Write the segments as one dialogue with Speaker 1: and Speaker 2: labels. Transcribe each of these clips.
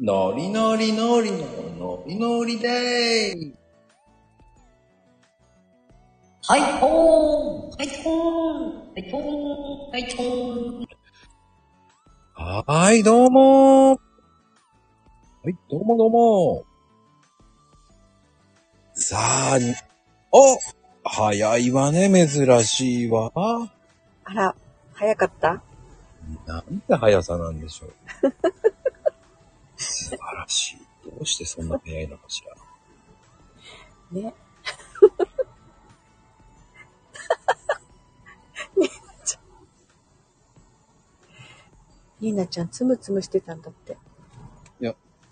Speaker 1: のりのりのりののりのりでー
Speaker 2: はい、ほーんはい、ほーんはい、ほーんはい、ほーん
Speaker 1: はーい、どうもーはい、どうもどうもーさあ、にお早いわね、珍しいわ。
Speaker 3: あら、早かった
Speaker 1: なんて速さなんでしょう。素晴らしい。どうしてそんな速いのかしら。
Speaker 3: ね。ニーナちゃん、つむつむしてたんだって。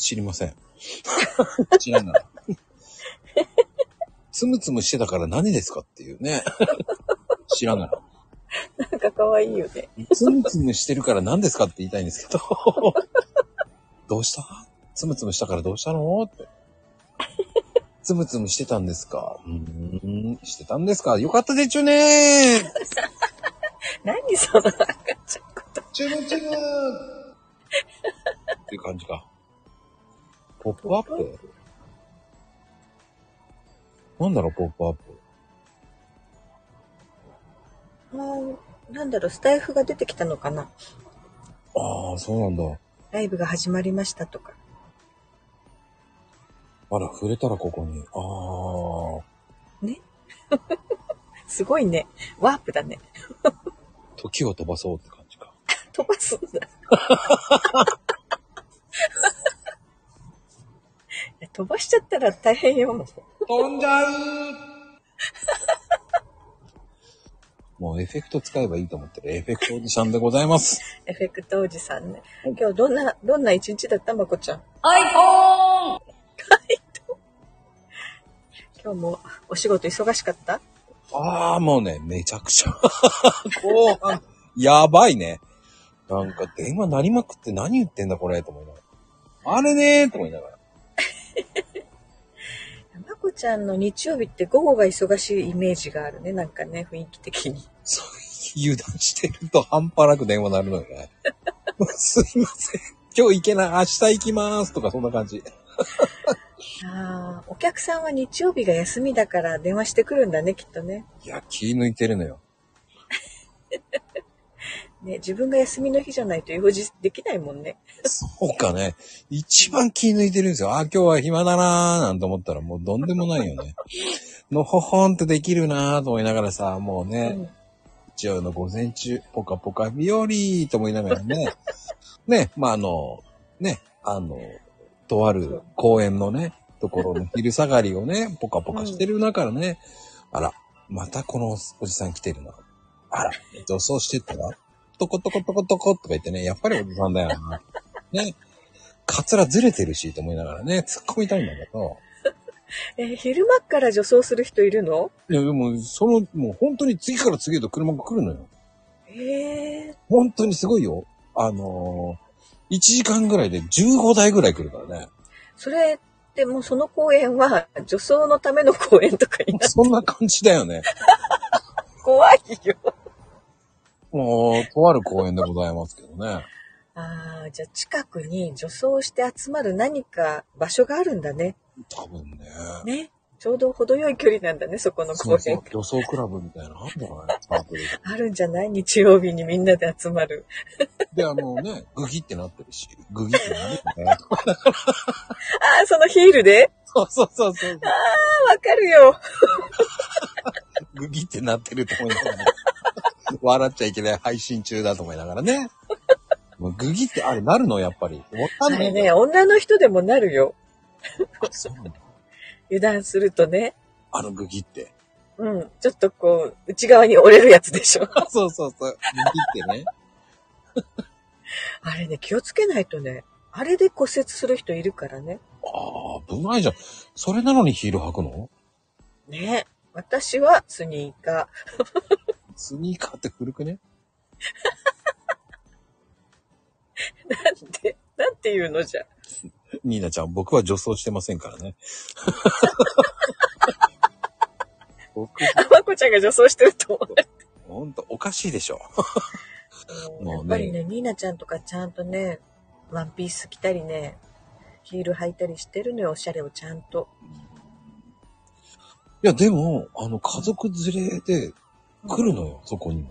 Speaker 1: 知りません。知らない。つむつむしてたから何ですかっていうね。知らない。
Speaker 3: なんか可愛いよね。
Speaker 1: つむつむしてるから何ですかって言いたいんですけど。 どうしたつむつむしたからどうしたのって。つむつむしてたんですかうーん、してたんですかよかったでちゅねー
Speaker 3: 何その赤ちゃんこと。
Speaker 1: ちゅるちゅるっていう感じか。ポップアップなんだろう、ポップアップ。
Speaker 3: もう、なんだろう、スタイフが出てきたのかな
Speaker 1: ああ、そうなんだ。
Speaker 3: ライブが始まりましたとか。
Speaker 1: あら、触れたらここに。あ
Speaker 3: ね。 すごいね。ワープだね。
Speaker 1: あ、時を飛ばそうって感じか。
Speaker 3: 飛ばすん だ。いや飛ばしちゃったら大変よ、もう。
Speaker 1: 飛んじゃう もうエフェクト使えばいいと思ってるエフェクトおじさんでございます。
Speaker 3: エフェクトおじさんね。今日どんな、どんな一日だったまこちゃん。
Speaker 2: はい、ほーん
Speaker 3: 今日もお仕事忙しかった
Speaker 1: ああ、もうね、めちゃくちゃ。 後半、やばいね。なんか電話鳴りまくって何言ってんだこれと思いながら。あれねーと思いながら。
Speaker 3: まこちゃんの日曜日って午後が忙しいイメージがあるね。なんかね、雰囲気的に。
Speaker 1: そう、油断してると半端なく電話鳴るのよね。 すいません。今日行けない、明日行きますとかそんな感じ。
Speaker 3: ああ、お客さんは日曜日が休みだから電話してくるんだね、きっとね。
Speaker 1: いや、気抜いてるのよ。
Speaker 3: ね、自分が休みの日じゃないと用事できないもんね。
Speaker 1: そうかね。一番気抜いてるんですよ。あ、今日は暇だなーなんて思ったらもうどんでもないよね。のほほんとできるなーと思いながらさ、もうね、
Speaker 3: うん
Speaker 1: 一応の午前中、ぽかぽか日和と思いながらね、 ね、まあ、あの、ね、あの、とある公園のね、ところ の昼下がりをね、ぽかぽかしてる中からね、あら、またこのおじさん来てるな。あら、女装してったな。トコトコトコトコとか言ってね、やっぱりおじさんだよ な。ね、カツラずれてるしと思いながらね、突っ込みたいんだけど、
Speaker 3: えー昼間から女装する人いるの
Speaker 1: いや、でも、その、もう本当に次から次へと車が来るのよ。
Speaker 3: ええ
Speaker 1: 本当にすごいよ。あのー、1時間ぐらいで15台ぐらい来るからね。
Speaker 3: それってもうその公演は女装のための公演とかになって
Speaker 1: そんな感じだよね。
Speaker 3: 怖いよ。
Speaker 1: もう、とある公園でございますけどね。
Speaker 3: ああ、じゃあ近くに女装して集まる何か場所があるんだね。
Speaker 1: 多分ね。
Speaker 3: ね。ちょうど程よい距離なんだね、そこの公
Speaker 1: そう
Speaker 3: 園。
Speaker 1: そう、予想クラブみたいなのあんのかなパークで。
Speaker 3: あるんじゃない日曜日にみんなで集まる。
Speaker 1: で、あのね、グギってなってるし、グギってなるよね。
Speaker 3: ああ、そのヒールで
Speaker 1: そうそうそうそう。
Speaker 3: ああ、わかるよ。
Speaker 1: グギってなってると思いながらね。笑っちゃいけない配信中だと思いながらね。もうグギってあれなるのやっぱり。わ
Speaker 3: あ
Speaker 1: かんな
Speaker 3: れ
Speaker 1: い。
Speaker 3: ね、女の人でもなるよ。
Speaker 1: そうなんだ。
Speaker 3: 油断するとね。
Speaker 1: あのグギって。
Speaker 3: うん。ちょっとこう、内側に折れるやつで しょ。
Speaker 1: そうそうそう。グギってね。
Speaker 3: あれね、気をつけないとね。あれで骨折する人いるからね。
Speaker 1: ああ、危ないじゃん。それなのにヒール履くの
Speaker 3: ね。私はスニーカ
Speaker 1: スニーカーって古くね
Speaker 3: ー。なんて、なんて言うのじゃ。
Speaker 1: ニーナちゃん、僕は女装してませんからね。僕、
Speaker 3: あまこちゃんが女装してると思う。
Speaker 1: ほんとおかしいでしょ。
Speaker 3: やっぱりね、ニーナちゃんとかちゃんとね、ワンピース着たりね、ヒール履いたりしてるのよ、おしゃれをちゃんと。
Speaker 1: いや、でも、あの、家族連れで来るのよ、そこにも。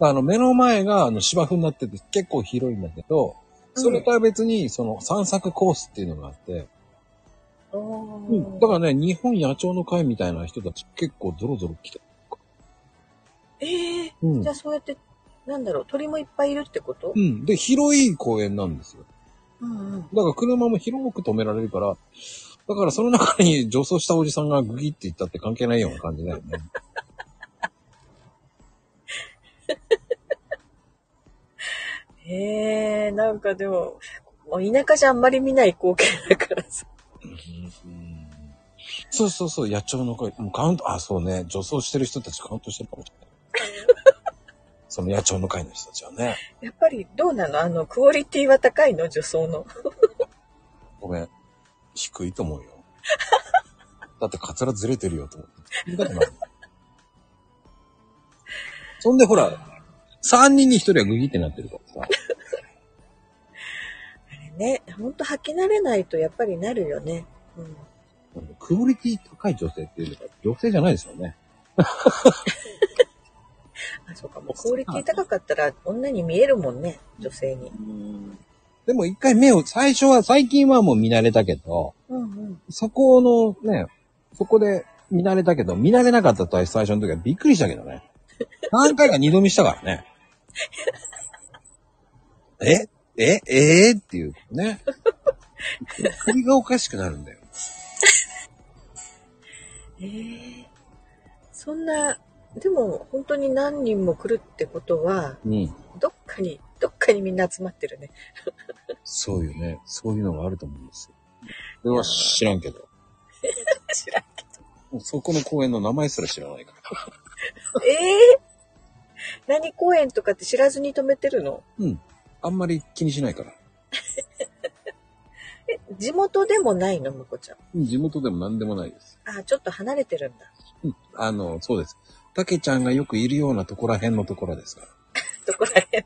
Speaker 1: あの、目の前が、あの、芝生になってて結構広いんだけど、それとは別に、その散策コースっていうのがあって、
Speaker 3: おー
Speaker 1: だからね、日本野鳥の会みたいな人たち結構ゾロゾロ来て。
Speaker 3: ええ
Speaker 1: うん
Speaker 3: じゃ。あそうやって、なんだろう、鳥もいっぱいいるってこと
Speaker 1: うん。で、広い公園なんですよ。
Speaker 3: うんうん。
Speaker 1: だから車も広く止められるから、だからその中に女装したおじさんがグギって行ったって関係ないような感じだよね。
Speaker 3: へえ、なんかでも、もう田舎じゃあんまり見ない光景だからさ。
Speaker 1: うんそうそうそう、野鳥の会。もうカウント、あ、そうね。女装してる人たちカウントしてるかもしれない。その野鳥の会の人たちはね。
Speaker 3: やっぱりどうなのあの、クオリティは高いの女装の。
Speaker 1: ごめん。低いと思うよ。だってカツラずれてるよと思って。だってなるそんでほら、3人に1人はグギってなってるからさ。
Speaker 3: ね、ほんと履き慣れないとやっぱりなるよね。うん。
Speaker 1: クオリティ高い女性っていうのは女性じゃないですよね。
Speaker 3: あ、そうか、もうクオリティ高かったら女に見えるもんね、女性に。
Speaker 1: でも一回目を、最初は、最近はもう見慣れたけど、
Speaker 3: うんうん。
Speaker 1: そこのね、そこで見慣れたけど、見慣れなかったとは最初の時はびっくりしたけどね。何回か二度見したからね。 えええー、っていうね。首がおかしくなるんだよ。
Speaker 3: ええそんな、でも本当に何人も来るってことは、
Speaker 1: うん。
Speaker 3: どっかに、どっかにみんな集まってるね。
Speaker 1: そうよね。そういうのがあると思うんですよ。それは知らんけど。
Speaker 3: 知らんけ
Speaker 1: もうそこの公園の名前すら知らないから。
Speaker 3: ど。え え何公園とかって知らずに止めてるの
Speaker 1: うん。あんまり気にしないから。
Speaker 3: え、地元でもないのむこちゃん。
Speaker 1: 地元でも何でもないです。
Speaker 3: あ、ちょっと離れてるんだ。
Speaker 1: うん。あの、そうです。たけちゃんがよくいるようなとこら辺のところですから。
Speaker 3: どこら辺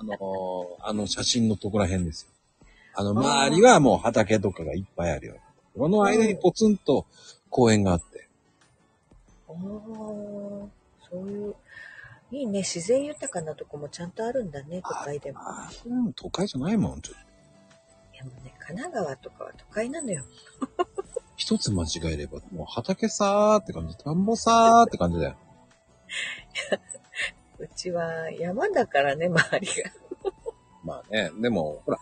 Speaker 1: あのー あの写真のとこら辺ですよ。あの、周りはもう畑とかがいっぱいあるよ。この間にポツンと公園があって。
Speaker 3: おーそういう、いいね、自然豊かなとこもちゃんとあるんだね、都会でも。
Speaker 1: ああ、それも都会じゃないもん、ちょっと。
Speaker 3: いやもうね、神奈川とかは都会なのよ。
Speaker 1: 一つ間違えれば、もう畑さーって感じ、田んぼさーって感じだよ。
Speaker 3: うちは山だからね、周りが。
Speaker 1: まあね、でも、ほら、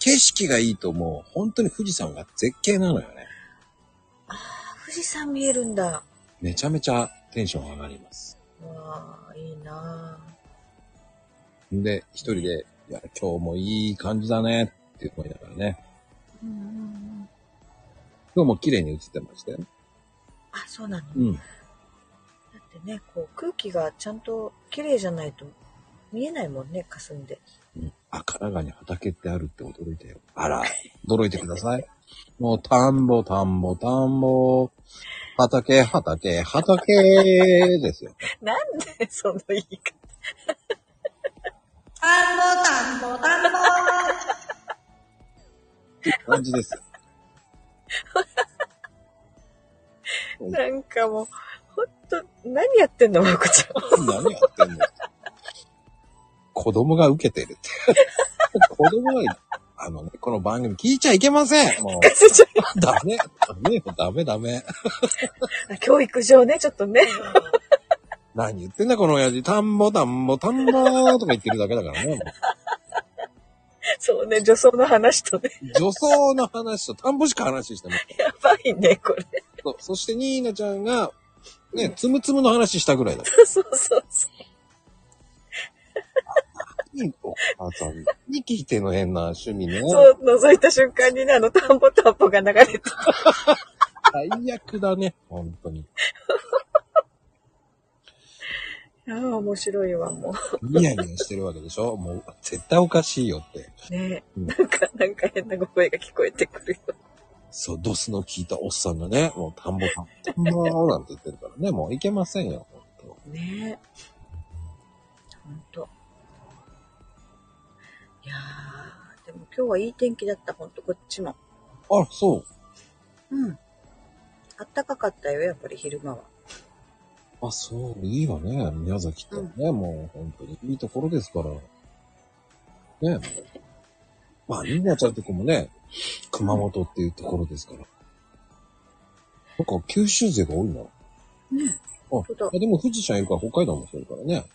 Speaker 1: 景色がいいともう本当に富士山が絶景なのよね。
Speaker 3: あ富士山見えるんだ。
Speaker 1: めちゃめちゃテンション上がります。
Speaker 3: わあ、いいなあ
Speaker 1: で、一人で、いや、今日もいい感じだねって思いながらね。
Speaker 3: うんうんうん。
Speaker 1: 今日も綺麗に映ってましたよ。
Speaker 3: あ、そうなの。だ
Speaker 1: うん。
Speaker 3: ってね、こう空気がちゃんと綺麗じゃないと見えないもんね、霞んで。
Speaker 1: うんあ、神奈川に畑ってあるって驚いたよ。あら、驚いてください。 もう、田んぼ、田んぼ、田んぼ、畑、畑、畑ですよ。
Speaker 3: なんでその言い方。
Speaker 2: 田んぼ、田んぼ、田んぼ。
Speaker 1: 感じですよ。
Speaker 3: なんかもう、ほんと、何やってんの、まこちゃん。
Speaker 1: 何やってんの子供が受けてるって。 子供が、あのね、この番組聞いちゃいけません。も
Speaker 3: かせちゃん
Speaker 1: う、ダメ、ダメよ、ダメ、ダメ。
Speaker 3: あ教育上ね、ちょっとね。
Speaker 1: 何言ってんだ、この親父。田んぼ、田んぼ、田んぼとか言ってるだけだから ね。
Speaker 3: そうね、女装の話とね。
Speaker 1: 女装の話と田んぼしか話してない。
Speaker 3: やばいね、これ。
Speaker 1: そうそして、ニーナちゃんが、ね、つむつむの話したぐらいだ。
Speaker 3: そうそうそう。
Speaker 1: いいお母さんに聞いてんの変な趣味ね。
Speaker 3: そう、覗いた瞬間にね、あの、田んぼ田んぼが流れて。
Speaker 1: 最悪だね、本当に。
Speaker 3: ああ、面白いわ、も
Speaker 1: ニヤニヤしてるわけでしょもう、絶対おかしいよって。
Speaker 3: う。ね
Speaker 1: うん
Speaker 3: なんか、なんか変な声が聞こえてくるよ。
Speaker 1: そう、ドスの効いたおっさんがね、もう田んぼさん、田んぼなんて言ってるからね、もういけませんよ、本当
Speaker 3: ねえ。ほんと。いやー、でも今日はいい天気だった、ほんとこっちも。
Speaker 1: あ、そ
Speaker 3: うん。あったかかったよ、やっぱり昼間は。
Speaker 1: う。あ、そう。いいわね。宮崎ってね、もう本当にいいところですから。ね。まあ、みんなちゃんとこもね、熊本っていうところですから。なんか九州勢が多いな。
Speaker 3: ね
Speaker 1: あ
Speaker 3: 当だ
Speaker 1: あでも富士山いるから北海道もそういるからね。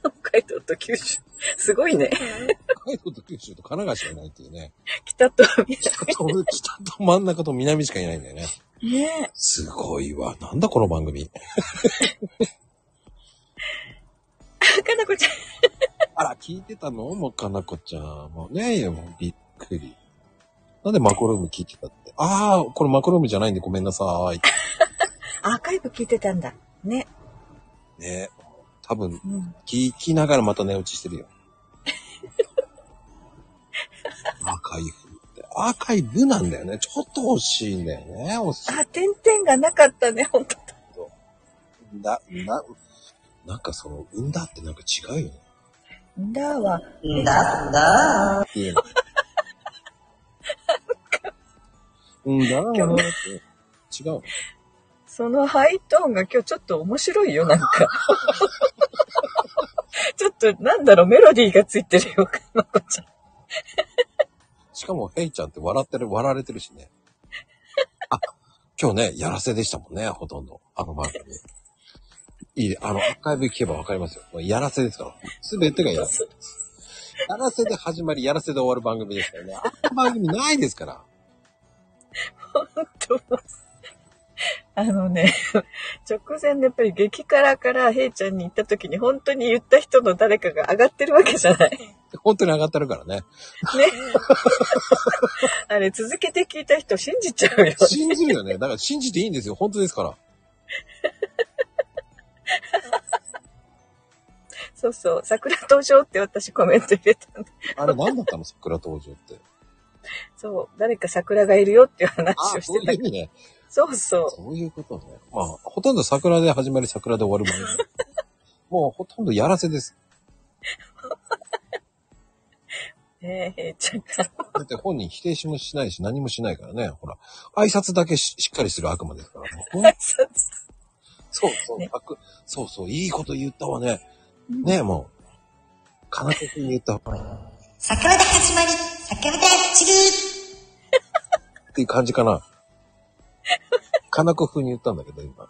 Speaker 3: 北海道と九州。すごいね。
Speaker 1: 北海道と九州と神奈川しかいないっていうね。
Speaker 3: 北と
Speaker 1: 北と、北と真ん中と南しかいないんだよね。
Speaker 3: 南。ね
Speaker 1: すごいわ。なんだこの番組。
Speaker 3: え。かなこちゃん。
Speaker 1: あら、聞いてたのもうかなこちゃん。もうね、もうびっくり。なんでマコルーム聞いてたって。ああ、これマコルームじゃないんでごめんなさい。
Speaker 3: アーカイブ聞いてたんだ。ね。
Speaker 1: ね。多分、
Speaker 3: うん。
Speaker 1: 聞きながらまた寝落ちしてるよ。アーカイブって。アーカイブなんだよね。ちょっと惜しいんだよね。惜しい。
Speaker 3: あ、点々がなかったね、ほんとだ。
Speaker 1: な、な、なんかその、産んだってなんか違うよね。
Speaker 3: んだは、
Speaker 1: っていうの。うんだろうなって。違う。
Speaker 3: そのハイトーンが今日ちょっと面白いよ、なんか。 ちょっと、なんだろう、メロディーがついてるよ、かなこちゃん。
Speaker 1: しかも、ヘイちゃんって笑ってる、笑われてるしね。あ、今日ね、やらせでしたもんね、ほとんど。あの番組。いいね。あの、アーカイブ聞けばわかりますよ。もうやらせですから。すべてがやらせ。やらせで始まり、やらせで終わる番組ですからね。あんな番組ないですから。
Speaker 3: 本当あのね、直前でやっぱり激辛からヘイちゃんに行った時に本当に言った人の誰かが上がってるわけじゃ ない。
Speaker 1: 本当に上がってるからね。
Speaker 3: あれ続けて聞いた人信じちゃうよ。
Speaker 1: 信じるよね。だから信じていいんですよ。本当ですから。
Speaker 3: そうそう、桜登場って私コメント入れたんだ。
Speaker 1: あれ何だったの桜登場って。
Speaker 3: そう、誰か桜がいるよっていう話
Speaker 1: あ、
Speaker 3: をし
Speaker 1: そう
Speaker 3: て
Speaker 1: いう意。
Speaker 3: た
Speaker 1: 味ね。
Speaker 3: そうそ
Speaker 1: そういうことね。まあ、ほとんど桜で始まり、桜で終わる番組。もうほとんどやらせです。
Speaker 3: う。ねえ、ヘイちゃんが。
Speaker 1: だって本人否定しもしないし何もしないからね。ほら、挨拶だけししっかりする悪魔ですから。 もうほん
Speaker 3: そう
Speaker 1: そうそう、
Speaker 3: ね
Speaker 1: 悪そうそう、いいこと言ったわね。
Speaker 3: うん
Speaker 1: ねえ、もう。かなこくんに言ったわっ
Speaker 2: 桜で始まり、桜で散る。
Speaker 1: ていう感じか な。かなこ風に言ったんだけど、今。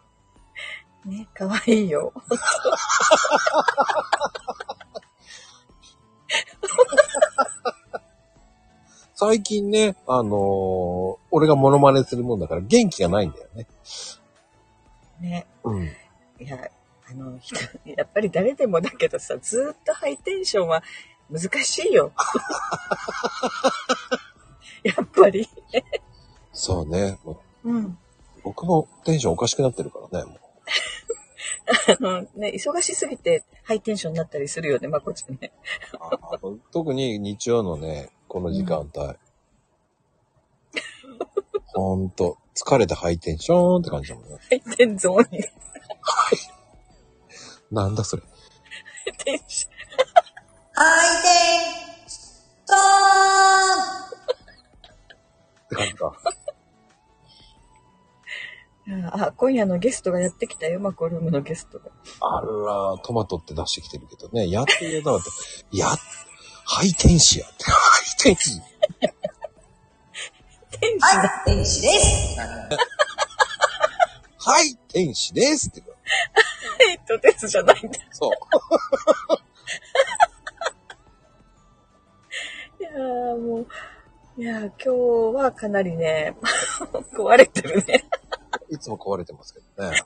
Speaker 3: ね、かわいいよ。
Speaker 1: 最近ね、あのー俺がモノマネするもんだから元気がないんだよね。
Speaker 3: ね。
Speaker 1: うん。
Speaker 3: いや、あの、ひと やっぱり誰でもだけどさ、ずーっとハイテンションは難しいよ。 やっぱり。
Speaker 1: そうね。もう
Speaker 3: うん。
Speaker 1: 僕もテンションおかしくなってるからね。もう
Speaker 3: あのね、忙しすぎてハイテンションになったりするよね、まこちゃんね。
Speaker 1: あの特に日曜のね、この時間帯。ほんと、疲れてハイテンションって感じだもんね。
Speaker 3: ハイテンゾーンに。
Speaker 1: なんだそれ。
Speaker 3: テンシ
Speaker 2: はい
Speaker 1: っ
Speaker 2: でードーン
Speaker 1: て感じか。
Speaker 3: ョン。あ、今夜のゲストがやってきたよ、マコルームのゲストが。
Speaker 1: あら、トマトって出してきてるけどね。やってやだって。や、ハイテンシやって。ハイテンシ。
Speaker 3: テンション
Speaker 2: はい、天使です。
Speaker 1: ハイテンシですって。
Speaker 3: ハイトですじゃ ないんだ。
Speaker 1: そう。
Speaker 3: いやーもう、いやー今日はかなりね、 壊れてるね。
Speaker 1: いつも壊れてますけどね。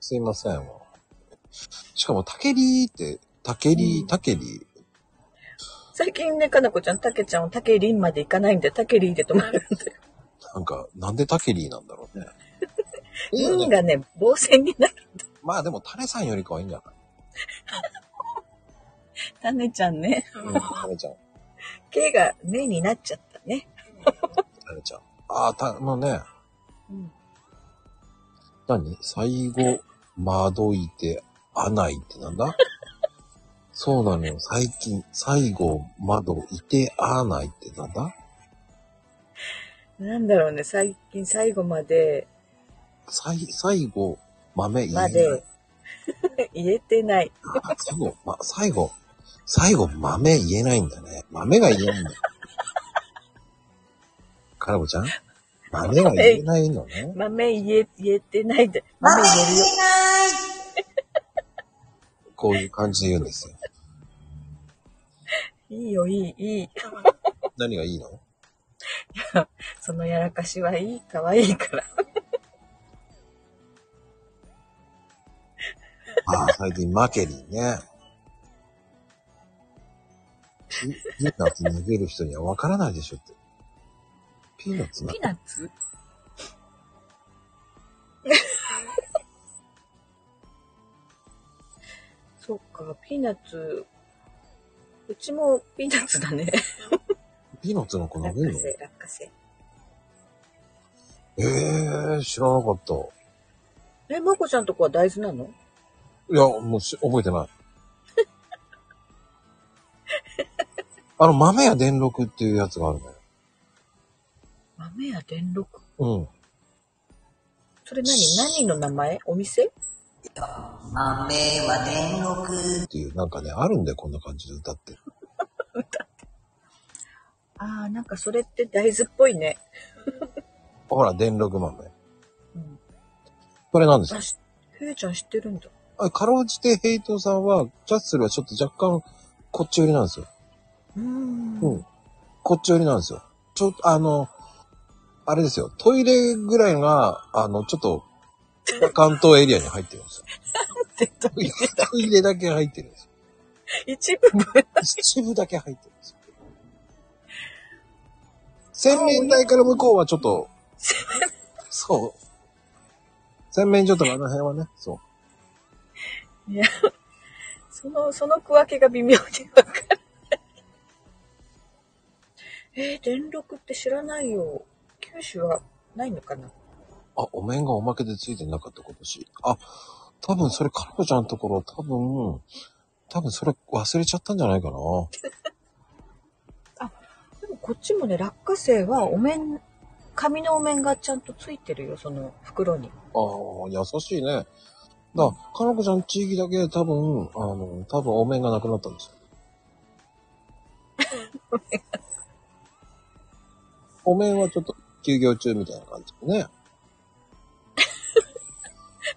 Speaker 1: すいません。もうしかも、タケリーって、タケリー、タケリー。
Speaker 3: 最近ね、かなこちゃん、たけちゃんをたけりんまで行かないんで、たけりんで止まるんで。
Speaker 1: なんか、なんでタケリーなんだろうね。いいよ
Speaker 3: りん
Speaker 1: ね。
Speaker 3: がね、防線になる。
Speaker 1: まあでも、タネさんよりかはいいんじゃない
Speaker 3: たねちゃんね、
Speaker 1: うん、タネちゃん。
Speaker 3: 毛が目になっちゃったね。
Speaker 1: タネちゃん。ああ、た、もうね、
Speaker 3: うん。
Speaker 1: 何最後、まどいて、あないってなんだそうなのよ。最近、最後、窓、いてあーないってなんだ
Speaker 3: なんだろうね、最近最後まで、
Speaker 1: 最、最後、豆、い
Speaker 3: ま で、言えてない。
Speaker 1: あ最後、ま、最後、最後、豆言えないんだね。豆が言えないんだ。カラボちゃん豆が言えないのね。
Speaker 3: 豆言え、言えてないで。豆言えるよ。
Speaker 1: こういう感じで言うんですよ。
Speaker 3: いいよ、いい、いい。
Speaker 1: 何がいいの
Speaker 3: そのやらかしはいい、かわいいから。
Speaker 1: ああ、最近、マケリンね。ピピーナッツ投げる人にはわからないでしょって。ピーナッツな
Speaker 3: ピーナッツ そっか、ピーナッツ。うちもピーナッツだね。
Speaker 1: ピーナッツの子投げ
Speaker 3: 落
Speaker 1: るの
Speaker 3: 花生、落花生。
Speaker 1: ええー、知らなかった。い
Speaker 3: え、まこちゃんとこは大豆なの
Speaker 1: や、もうし覚えてない。 あの、豆や電録っていうやつがあるのよ。
Speaker 3: 豆や電録。
Speaker 1: うん。
Speaker 3: それ何何の名前お店
Speaker 1: っていう、なんかね、あるんだよ、こんな感じで歌って。
Speaker 3: ああ、なんかそれって大豆っぽいね。
Speaker 1: ほら、電録豆。
Speaker 3: うん。
Speaker 1: これなんです
Speaker 3: あ、
Speaker 1: か
Speaker 3: しふゆちゃん知ってるんだ。
Speaker 1: あかろうじてヘイトさんは、ジャッスルはちょっと若干、こっち寄りなんですよ。
Speaker 3: うーん
Speaker 1: うん。こっち寄りなんですよ。ちょっと、あの、あれですよ。トイレぐらいが、あの、ちょっと、関東エリアに入ってるんですよ。
Speaker 3: 絶対
Speaker 1: トイレトイレだけ入ってるんですよ。
Speaker 3: 一部分。
Speaker 1: 秩父だけ入ってるんですよ。洗面台から向こうはちょっと、そう。洗面所とかあの辺はね、そう。
Speaker 3: その、その区分けが微妙にわからない。えー、電力って知らないよ。九州はないのかな
Speaker 1: あ、お面がおまけでついてなかった今年。あ、多分それ、かこちゃんのところ、多分、多分それ忘れちゃったんじゃないかな。
Speaker 3: でもこっちもね、落花生はお面、紙のお面がちゃんとついてるよ、その袋に。
Speaker 1: ああ、優しいね。だから、かのこちゃん地域だけ多分、あの、多分お面がなくなったんですよ。お面はちょっと休業中みたいな感じでね。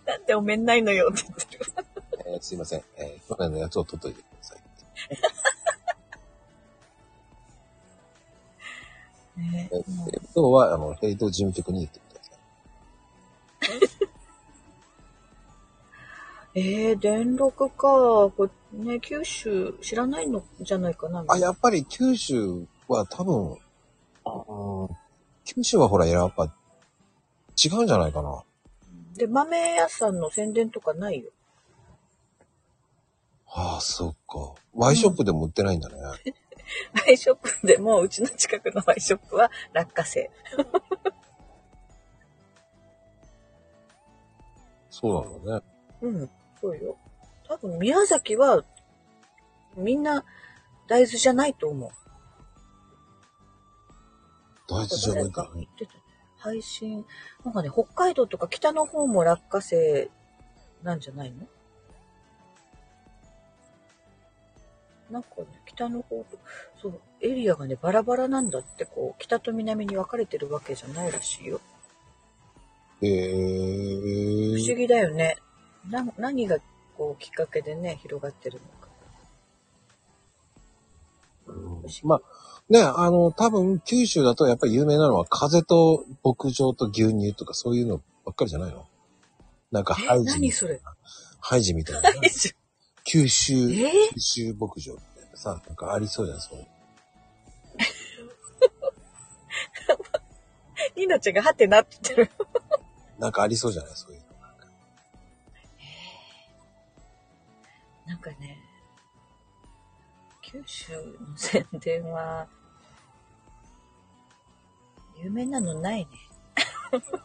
Speaker 3: なんでお面ないのよって言ってる。
Speaker 1: えーすいません。えー、去年のやつを取っといてください。
Speaker 3: ね
Speaker 1: えーえー今日は、あの、ヘイト事務局に行ってください。
Speaker 3: えー、電力か。こね、九州知らないのじゃないかな。
Speaker 1: あ、やっぱり九州は多分、うん、九州はほら、やっぱ、違うんじゃないかな。
Speaker 3: で、豆屋さんの宣伝とかないよ。
Speaker 1: ああ、そっか。ワイショップでも売ってないんだね。
Speaker 3: ワイショップでも、うちの近くのワイショップは落花生。
Speaker 1: そうなんだね。
Speaker 3: うん、そうよ。多分宮崎は、みんな大豆じゃないと思う。
Speaker 1: 大豆じゃないか
Speaker 3: 言ってた配信、なんかね、北海道とか北の方も落花生なんじゃないのなんかね、北の方と、そう、エリアがね、バラバラなんだって、こう、北と南に分かれてるわけじゃないらしいよ。
Speaker 1: え
Speaker 3: 不思
Speaker 1: ー、
Speaker 3: 議だよね。な、何が、こう、きっかけでね、広がってるの
Speaker 1: う
Speaker 3: か。
Speaker 1: んまあ、ね、あの、多分、九州だとやっぱり有名なのは、風と牧場と牛乳とかそういうのばっかりじゃないのなんか、ハ
Speaker 3: え、
Speaker 1: イジ
Speaker 3: 何、それ
Speaker 1: ハイジみた いなね。九州、
Speaker 3: え
Speaker 1: 九州牧場ってさ、なんかありそうじゃん、そういう。
Speaker 3: ニナちゃんがハテナって言ってる。
Speaker 1: なんかありそうじゃない、そういうの。
Speaker 3: なんかね、九州の宣伝は、有名なのないね。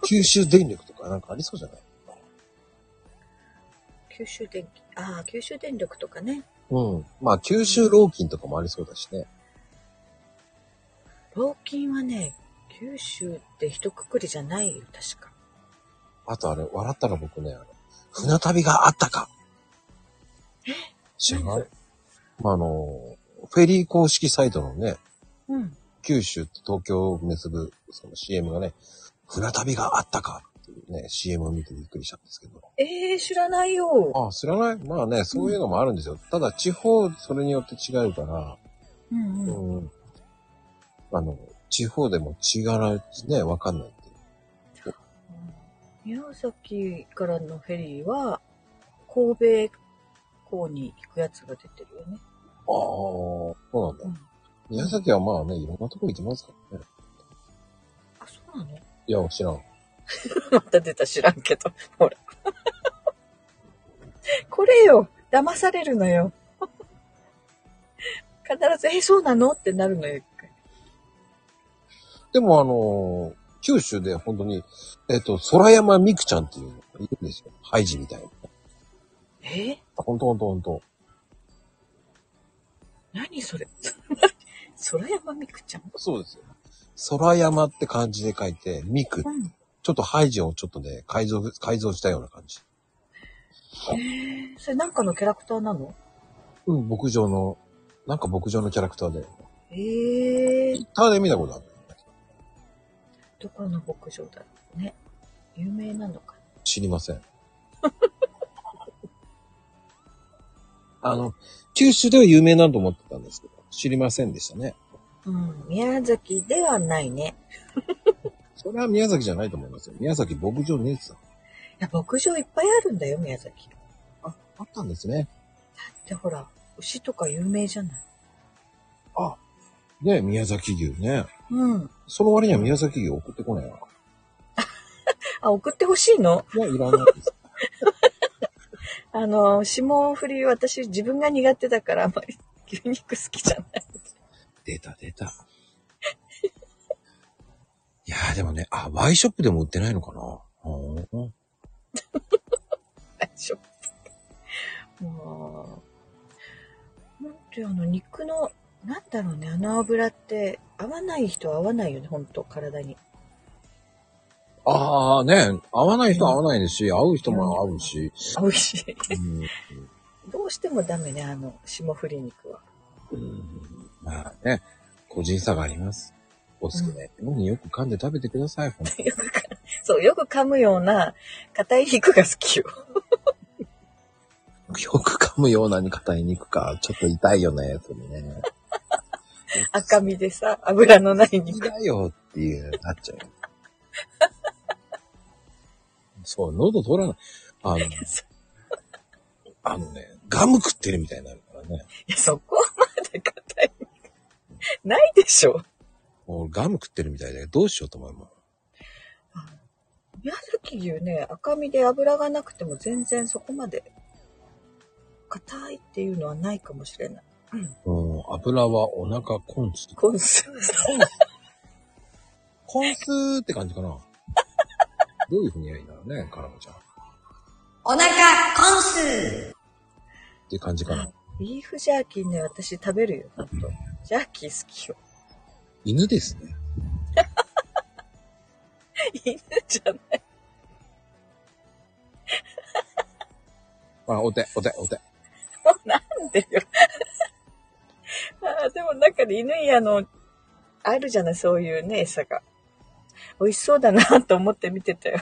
Speaker 1: 九州電力とかなんかありそうじゃない
Speaker 3: 九州電気、ああ、九州電力とかね。
Speaker 1: うん。まあ、九州老金とかもありそうだしね。
Speaker 3: 老金はね、九州って一括りじゃないよ、確か。
Speaker 1: あとあれ、笑ったら僕ね、あの、船旅があったか。知らないまあ、あの、フェリー公式サイトのね、
Speaker 3: うん。
Speaker 1: 九州と東京を結ぶその CM がね、船旅があったかっていうね、CM を見てびっくりしたんですけど。
Speaker 3: えー、知らないよ。
Speaker 1: あ、知らないまあね、そういうのもあるんですよ。ただ地方、それによって違うから、
Speaker 3: うんうん。
Speaker 1: うん。あの、地方でも違うね、わかんないっていう。
Speaker 3: 宮崎からのフェリーは、神戸港に行くやつが出てるよね。
Speaker 1: ああ、そうなんだ。
Speaker 3: うん。
Speaker 1: 宮崎はまあね、いろんなとこ行きますからね。
Speaker 3: あ、そうなの
Speaker 1: いや、知らん。
Speaker 3: また出た知らんけど。ほら。 これよ。騙されるのよ。 必ず、え、そうなのってなるのよ、一回。
Speaker 1: でもあのー九州で本当に、えっ、と、空山みくちゃんっていうのがいるんですよ。ハイジみたいな。
Speaker 3: えー
Speaker 1: ほんとほんとほんと。
Speaker 3: 何それ 空山みくちゃん
Speaker 1: そうですよ。空山って漢字で書いて、みく。
Speaker 3: うん。
Speaker 1: ちょっとハイジをちょっとね、改造、改造したような感じ。
Speaker 3: それなんかのキャラクターなの
Speaker 1: うん、牧場の、なんか牧場のキャラクターで。
Speaker 3: ええー、
Speaker 1: ターで見たことある。
Speaker 3: どこの牧場だろうね。有名なのかな。
Speaker 1: 知りません。 あの、九州では有名なんと思ってたんですけど、知りませんでしたね。
Speaker 3: うん、宮崎ではないね。
Speaker 1: それは宮崎じゃないと思いますよ。宮崎牧場ねえっつうの
Speaker 3: いや、牧場いっぱいあるんだよ、宮崎。
Speaker 1: あ、あったんですね。
Speaker 3: で、ほら、牛とか有名じゃない
Speaker 1: あ、ね宮崎牛ね。
Speaker 3: うん。
Speaker 1: その割には宮崎牛送ってこないわ。
Speaker 3: あ、送ってほしいの
Speaker 1: いや、いらないです。
Speaker 3: あの、霜降り、私自分が苦手だから、あんまり牛肉好きじゃない。
Speaker 1: 出た出た。 いやーでもね、あ、ワイショップでも売ってないのかなほーん
Speaker 3: 大丈夫。もう、ほんとよあの、肉の、なんだろうね、あの油って、合わない人は合わないよね、ほんと、体に。
Speaker 1: ああね、合わない人は合わないですし、合う人も合うし。
Speaker 3: 美味しい。
Speaker 1: うん
Speaker 3: どうしてもダメね、あの、霜降り肉は。
Speaker 1: うんまあね、個人差があります。お好きなようによく噛んで食べてください、ほんと
Speaker 3: よくか、そう、よく噛むような、硬い肉が好きよ。
Speaker 1: よく噛むようなに硬い肉か、ちょっと痛いよね、それ ね。
Speaker 3: 赤身でさ、油のない
Speaker 1: いい
Speaker 3: 肉。
Speaker 1: だよっていう、なっちゃう。 そう、喉通らない。あ の、
Speaker 3: そ
Speaker 1: あのね、ガム食ってるみたいになるからね。
Speaker 3: いやそこまで硬い肉。ないでしょ。
Speaker 1: もうガム食ってるみたいで、どうしようと思うもん。
Speaker 3: 宮崎牛ね、赤身で脂がなくても全然そこまで、硬いっていうのはないかもしれない。
Speaker 1: うん、油はお腹コンス。
Speaker 3: コンス。
Speaker 1: コンスって感じか な。どういうふうにやりなのね、カラムちゃん。っ
Speaker 2: お腹コンス
Speaker 1: ていう感じかな。
Speaker 3: ビーフジャーキーね、私食べるよ、ほんと。ジャーキー好きよ。
Speaker 1: 犬ですね。
Speaker 3: 犬じゃない。
Speaker 1: あ、お手、お手、お手。
Speaker 3: なんでよ。あーでもなんかね、犬やの、あるじゃない、そういうね、餌が。美味しそうだなと思って見てたよ。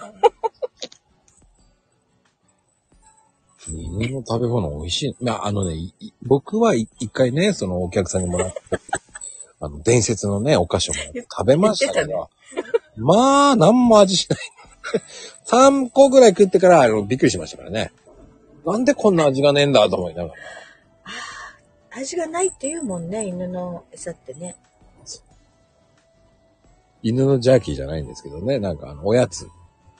Speaker 1: 犬の食べ物美味しい。まあ、あのね、いい僕は一一回ね、そのお客さんにもらって、 あの、伝説のね、お菓子をもらって食べましたけど、まあ、何も味しない。3個ぐらい食ってから、あの、びっくりしましたからね。なんでこんな味がねえんだと思いながら。
Speaker 3: 味がないって言うもんね、犬の餌ってね。
Speaker 1: 犬のジャーキーじゃないんですけどね、なんかあの、おやつ。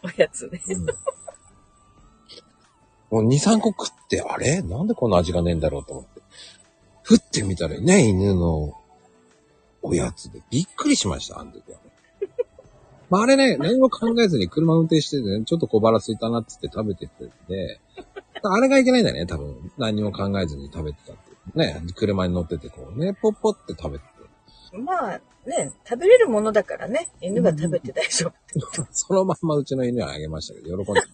Speaker 3: おやつね。
Speaker 1: もう2、3個食って、あれなんでこんな味がねえんだろうと思って。振ってみたらね、犬のおやつで。びっくりしました、あの時はね。 まああれね、何も考えずに車運転しててね、ちょっと小腹空いたなっつって食べてて、で、あれがいけないんだよね、多分。何も考えずに食べてたっていう。ね、車に乗っててこうね、ポッポって食べて
Speaker 3: まあね、食べれるものだからね、犬が食べて大丈夫。
Speaker 1: て、そのまんまうちの犬にあげましたけど、喜んで。
Speaker 3: い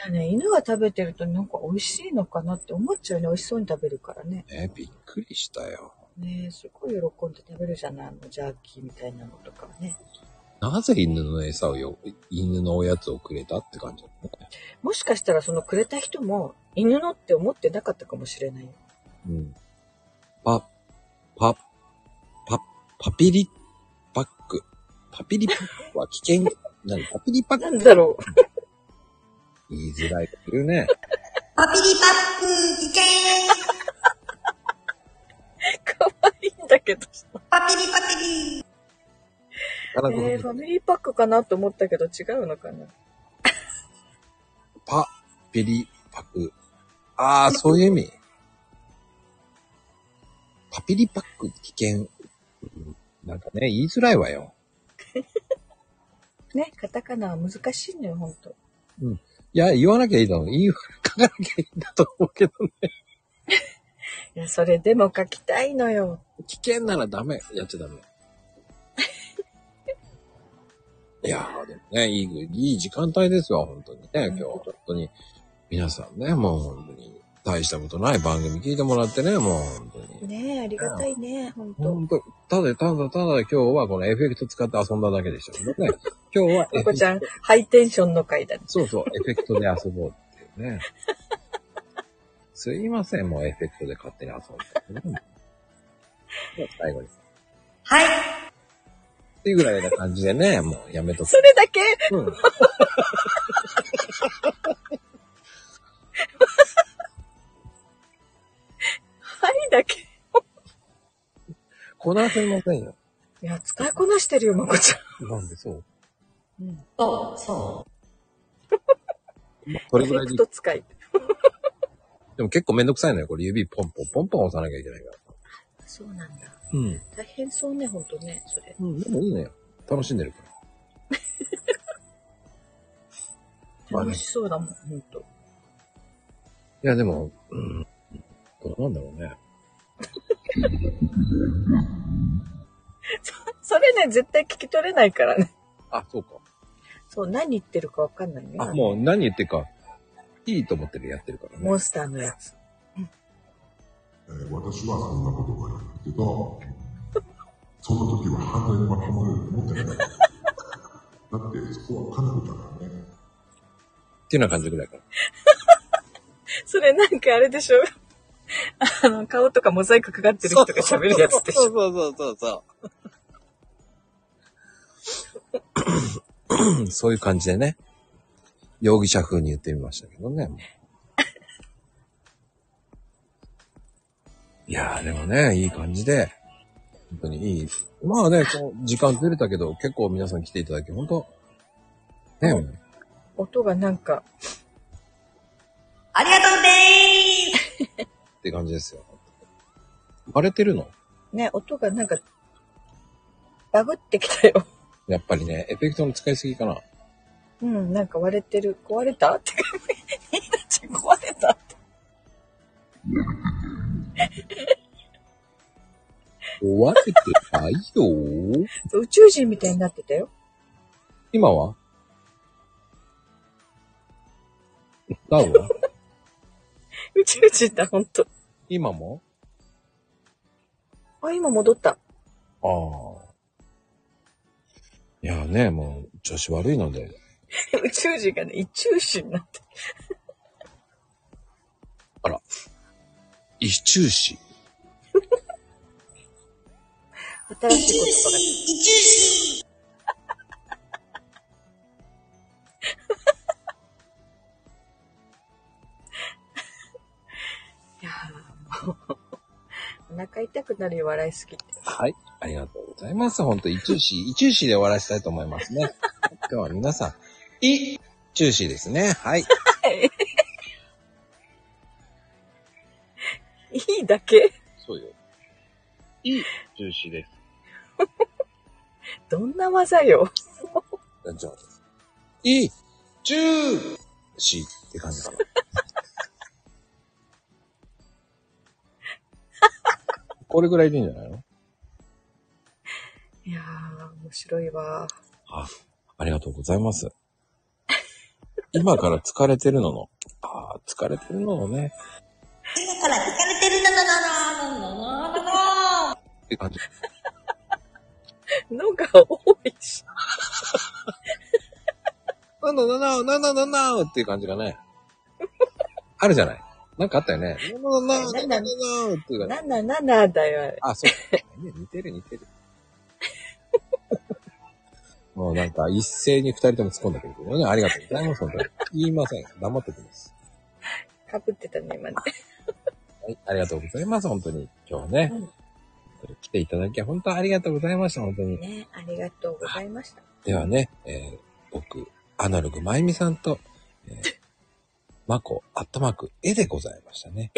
Speaker 3: やね、犬が食べてるとなんか美味しいのかなって思っちゃうね。美味しそうに食べるからね。
Speaker 1: ね、びっくりしたよ。
Speaker 3: ねすごい喜んで食べるじゃない。あの、ジャーキーみたいなのとかはね。
Speaker 1: なぜ犬の餌をよ、犬のおやつをくれたって感じだったね。
Speaker 3: もしかしたらそのくれた人も犬のって思ってなかったかもしれない。
Speaker 1: うん。パ、パ、パ、パピリパック。パピリパックは危険。何パピリパッ
Speaker 3: な
Speaker 1: ク
Speaker 3: んだろう。
Speaker 1: 言いづらいこと言うね。
Speaker 2: パピリパック危険
Speaker 3: かわいいんだけど。
Speaker 2: パピリパピリ
Speaker 1: ただこ
Speaker 3: えー、フ
Speaker 1: の
Speaker 3: ァミリーパックかなと思ったけど違うのかな。
Speaker 1: パ、ピリパク。ああ、そういう意味。パピリパック危険。うんなんかね、言いづらいわよ。
Speaker 3: ね、カタカナは難しいのよ、ほんと。
Speaker 1: いや、言わなきゃいいだろう。言い、 書かなきゃいいんだと思うけどね。
Speaker 3: いや、それでも書きたいのよ。
Speaker 1: 危険ならダメ。やっちゃ ダメ。いやー、でもね、いい、いい時間帯ですよ、本当にね。今日、本当に。皆さんね、もう本当に、大したことない番組聞いてもらってね、もう本当に。
Speaker 3: ねえ、ありがたいね、ほんと。
Speaker 1: 本当ただただただ今日はこのエフェクト使って遊んだだけでしたけど ね。今日はエ
Speaker 3: ま
Speaker 1: フ
Speaker 3: こ
Speaker 1: ェク
Speaker 3: ち
Speaker 1: ト、
Speaker 3: ゃん、ハイテンションの回だね。
Speaker 1: そうそう、エフェクトで遊ぼうって いうね。すいません、もうエフェクトで勝手に遊ん で、ね。もう最後に。
Speaker 2: はい
Speaker 1: っていうぐらいな感じでね、 もうやめとく
Speaker 3: そ。れだけ
Speaker 1: うん。
Speaker 3: はいだけ。
Speaker 1: こなせませんよ。
Speaker 3: いや、使いこなしてるよ、まこちゃ
Speaker 1: なんでそう。
Speaker 3: ん。うん。
Speaker 2: そう、そ
Speaker 1: まあそれぐらい
Speaker 3: エ
Speaker 1: で
Speaker 3: フェク。ト使い。
Speaker 1: でも結構めんどくさいのよ。これ指ポンポンポンポン押さなきゃいけないから。
Speaker 3: そうなんだ。
Speaker 1: うん。
Speaker 3: 大変そうね、ほんとね、それ。
Speaker 1: うん、でもいいのよ。楽しんでるから。 まあね
Speaker 3: 楽しそうだもん、ほんと。
Speaker 1: いや、でも、うん。どうなんだろうね。
Speaker 3: それね、絶対聞き取れないからね。
Speaker 1: あ、そうか。
Speaker 3: そう、何言ってるかわかんないね。
Speaker 1: あ、もう何言ってるか、いいと思ってるやってるから
Speaker 3: モ
Speaker 1: ね。
Speaker 3: ンスターのやつ。
Speaker 4: えー私はそんなことが言うけど、その時は犯罪に巻き込まれると思ってない。だってそこは家族だからね。
Speaker 1: っていうような感じぐらいから。
Speaker 3: それなんかあれでしょあの、顔とかモザイクかかってる人が喋るやつでしょ
Speaker 1: そうそうそうそうそう。 そういう感じでね、容疑者風に言ってみましたけどね。いやーでもね、いい感じで、本当にいい。まあね、こう時間ずれたけど、結構皆さん来ていただき、本当ね、
Speaker 3: 音がなんか、
Speaker 2: う。ありがとうでーす
Speaker 1: って感じですよ。バレてるの
Speaker 3: ね、音がなんか、バグってきたよ。
Speaker 1: やっぱりね、エフェクトの使いすぎかな。
Speaker 3: うん、なんか割れてる。壊れたって。みなちゃん壊れたって。
Speaker 1: 壊れてないよ。
Speaker 3: 宇宙人みたいになってたよ。
Speaker 1: 今はダウは
Speaker 3: 宇宙人だ、ほんと。
Speaker 1: 今も
Speaker 3: あ、今戻った。
Speaker 1: ああ。いやね、もう、調子悪いので。
Speaker 3: 宇宙人がね、一中心になって。
Speaker 1: 一中止。
Speaker 3: 新しい
Speaker 2: 一
Speaker 3: こ
Speaker 2: 中
Speaker 3: とが。
Speaker 2: 止一中止
Speaker 3: いやーもうお腹痛くなるよ、笑いすぎて。
Speaker 1: はい。ありがとうございます。本当一中 止。一中止で終わらせたいと思いますね。 今日は皆さん、一中止ですね。はい。
Speaker 3: いいだけ
Speaker 1: そうよ。一中止です。
Speaker 3: どんな技よ。
Speaker 1: じゃあ、一中止って感じかな。俺ぐらいでいいんじゃないの
Speaker 3: いやー、面白いわ。
Speaker 1: ありがとうございます。今から疲れてるのの。ああ、疲れてるののね。
Speaker 2: 今から疲れてるなななななななな
Speaker 1: って感じ。
Speaker 3: のが多いし。
Speaker 1: なんだなんだなんだなんだなんだっていう感じがね。あるじゃない。なんかあったよね。なんだなんだなんだなんだなんだっていう感じ。
Speaker 3: なんだなんだだよ。
Speaker 1: あ、そう。ね似てる似てる。 もうなんか一斉に二人とも突っ込んでくるけどね。ありがとうございます。本当に。言いません。黙っててます。
Speaker 3: かぶってたね、今ね。
Speaker 1: はい。ありがとうございます。本当に。今日はね。
Speaker 3: うん
Speaker 1: 本当に来ていただき、本当ありがとうございました。本当に。
Speaker 3: ね、ありがとうございました。
Speaker 1: ではね、えー僕、アナログまゆみさんと、えー、マコ、アットマーク、絵でございましたね。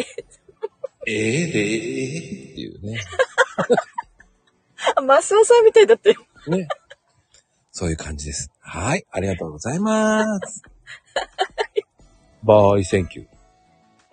Speaker 1: ええでーっていうね。
Speaker 3: あ、マスオさんみたいだったよ。
Speaker 1: ね。そういう感じです。はい。ありがとうございます。バイ、センキュー。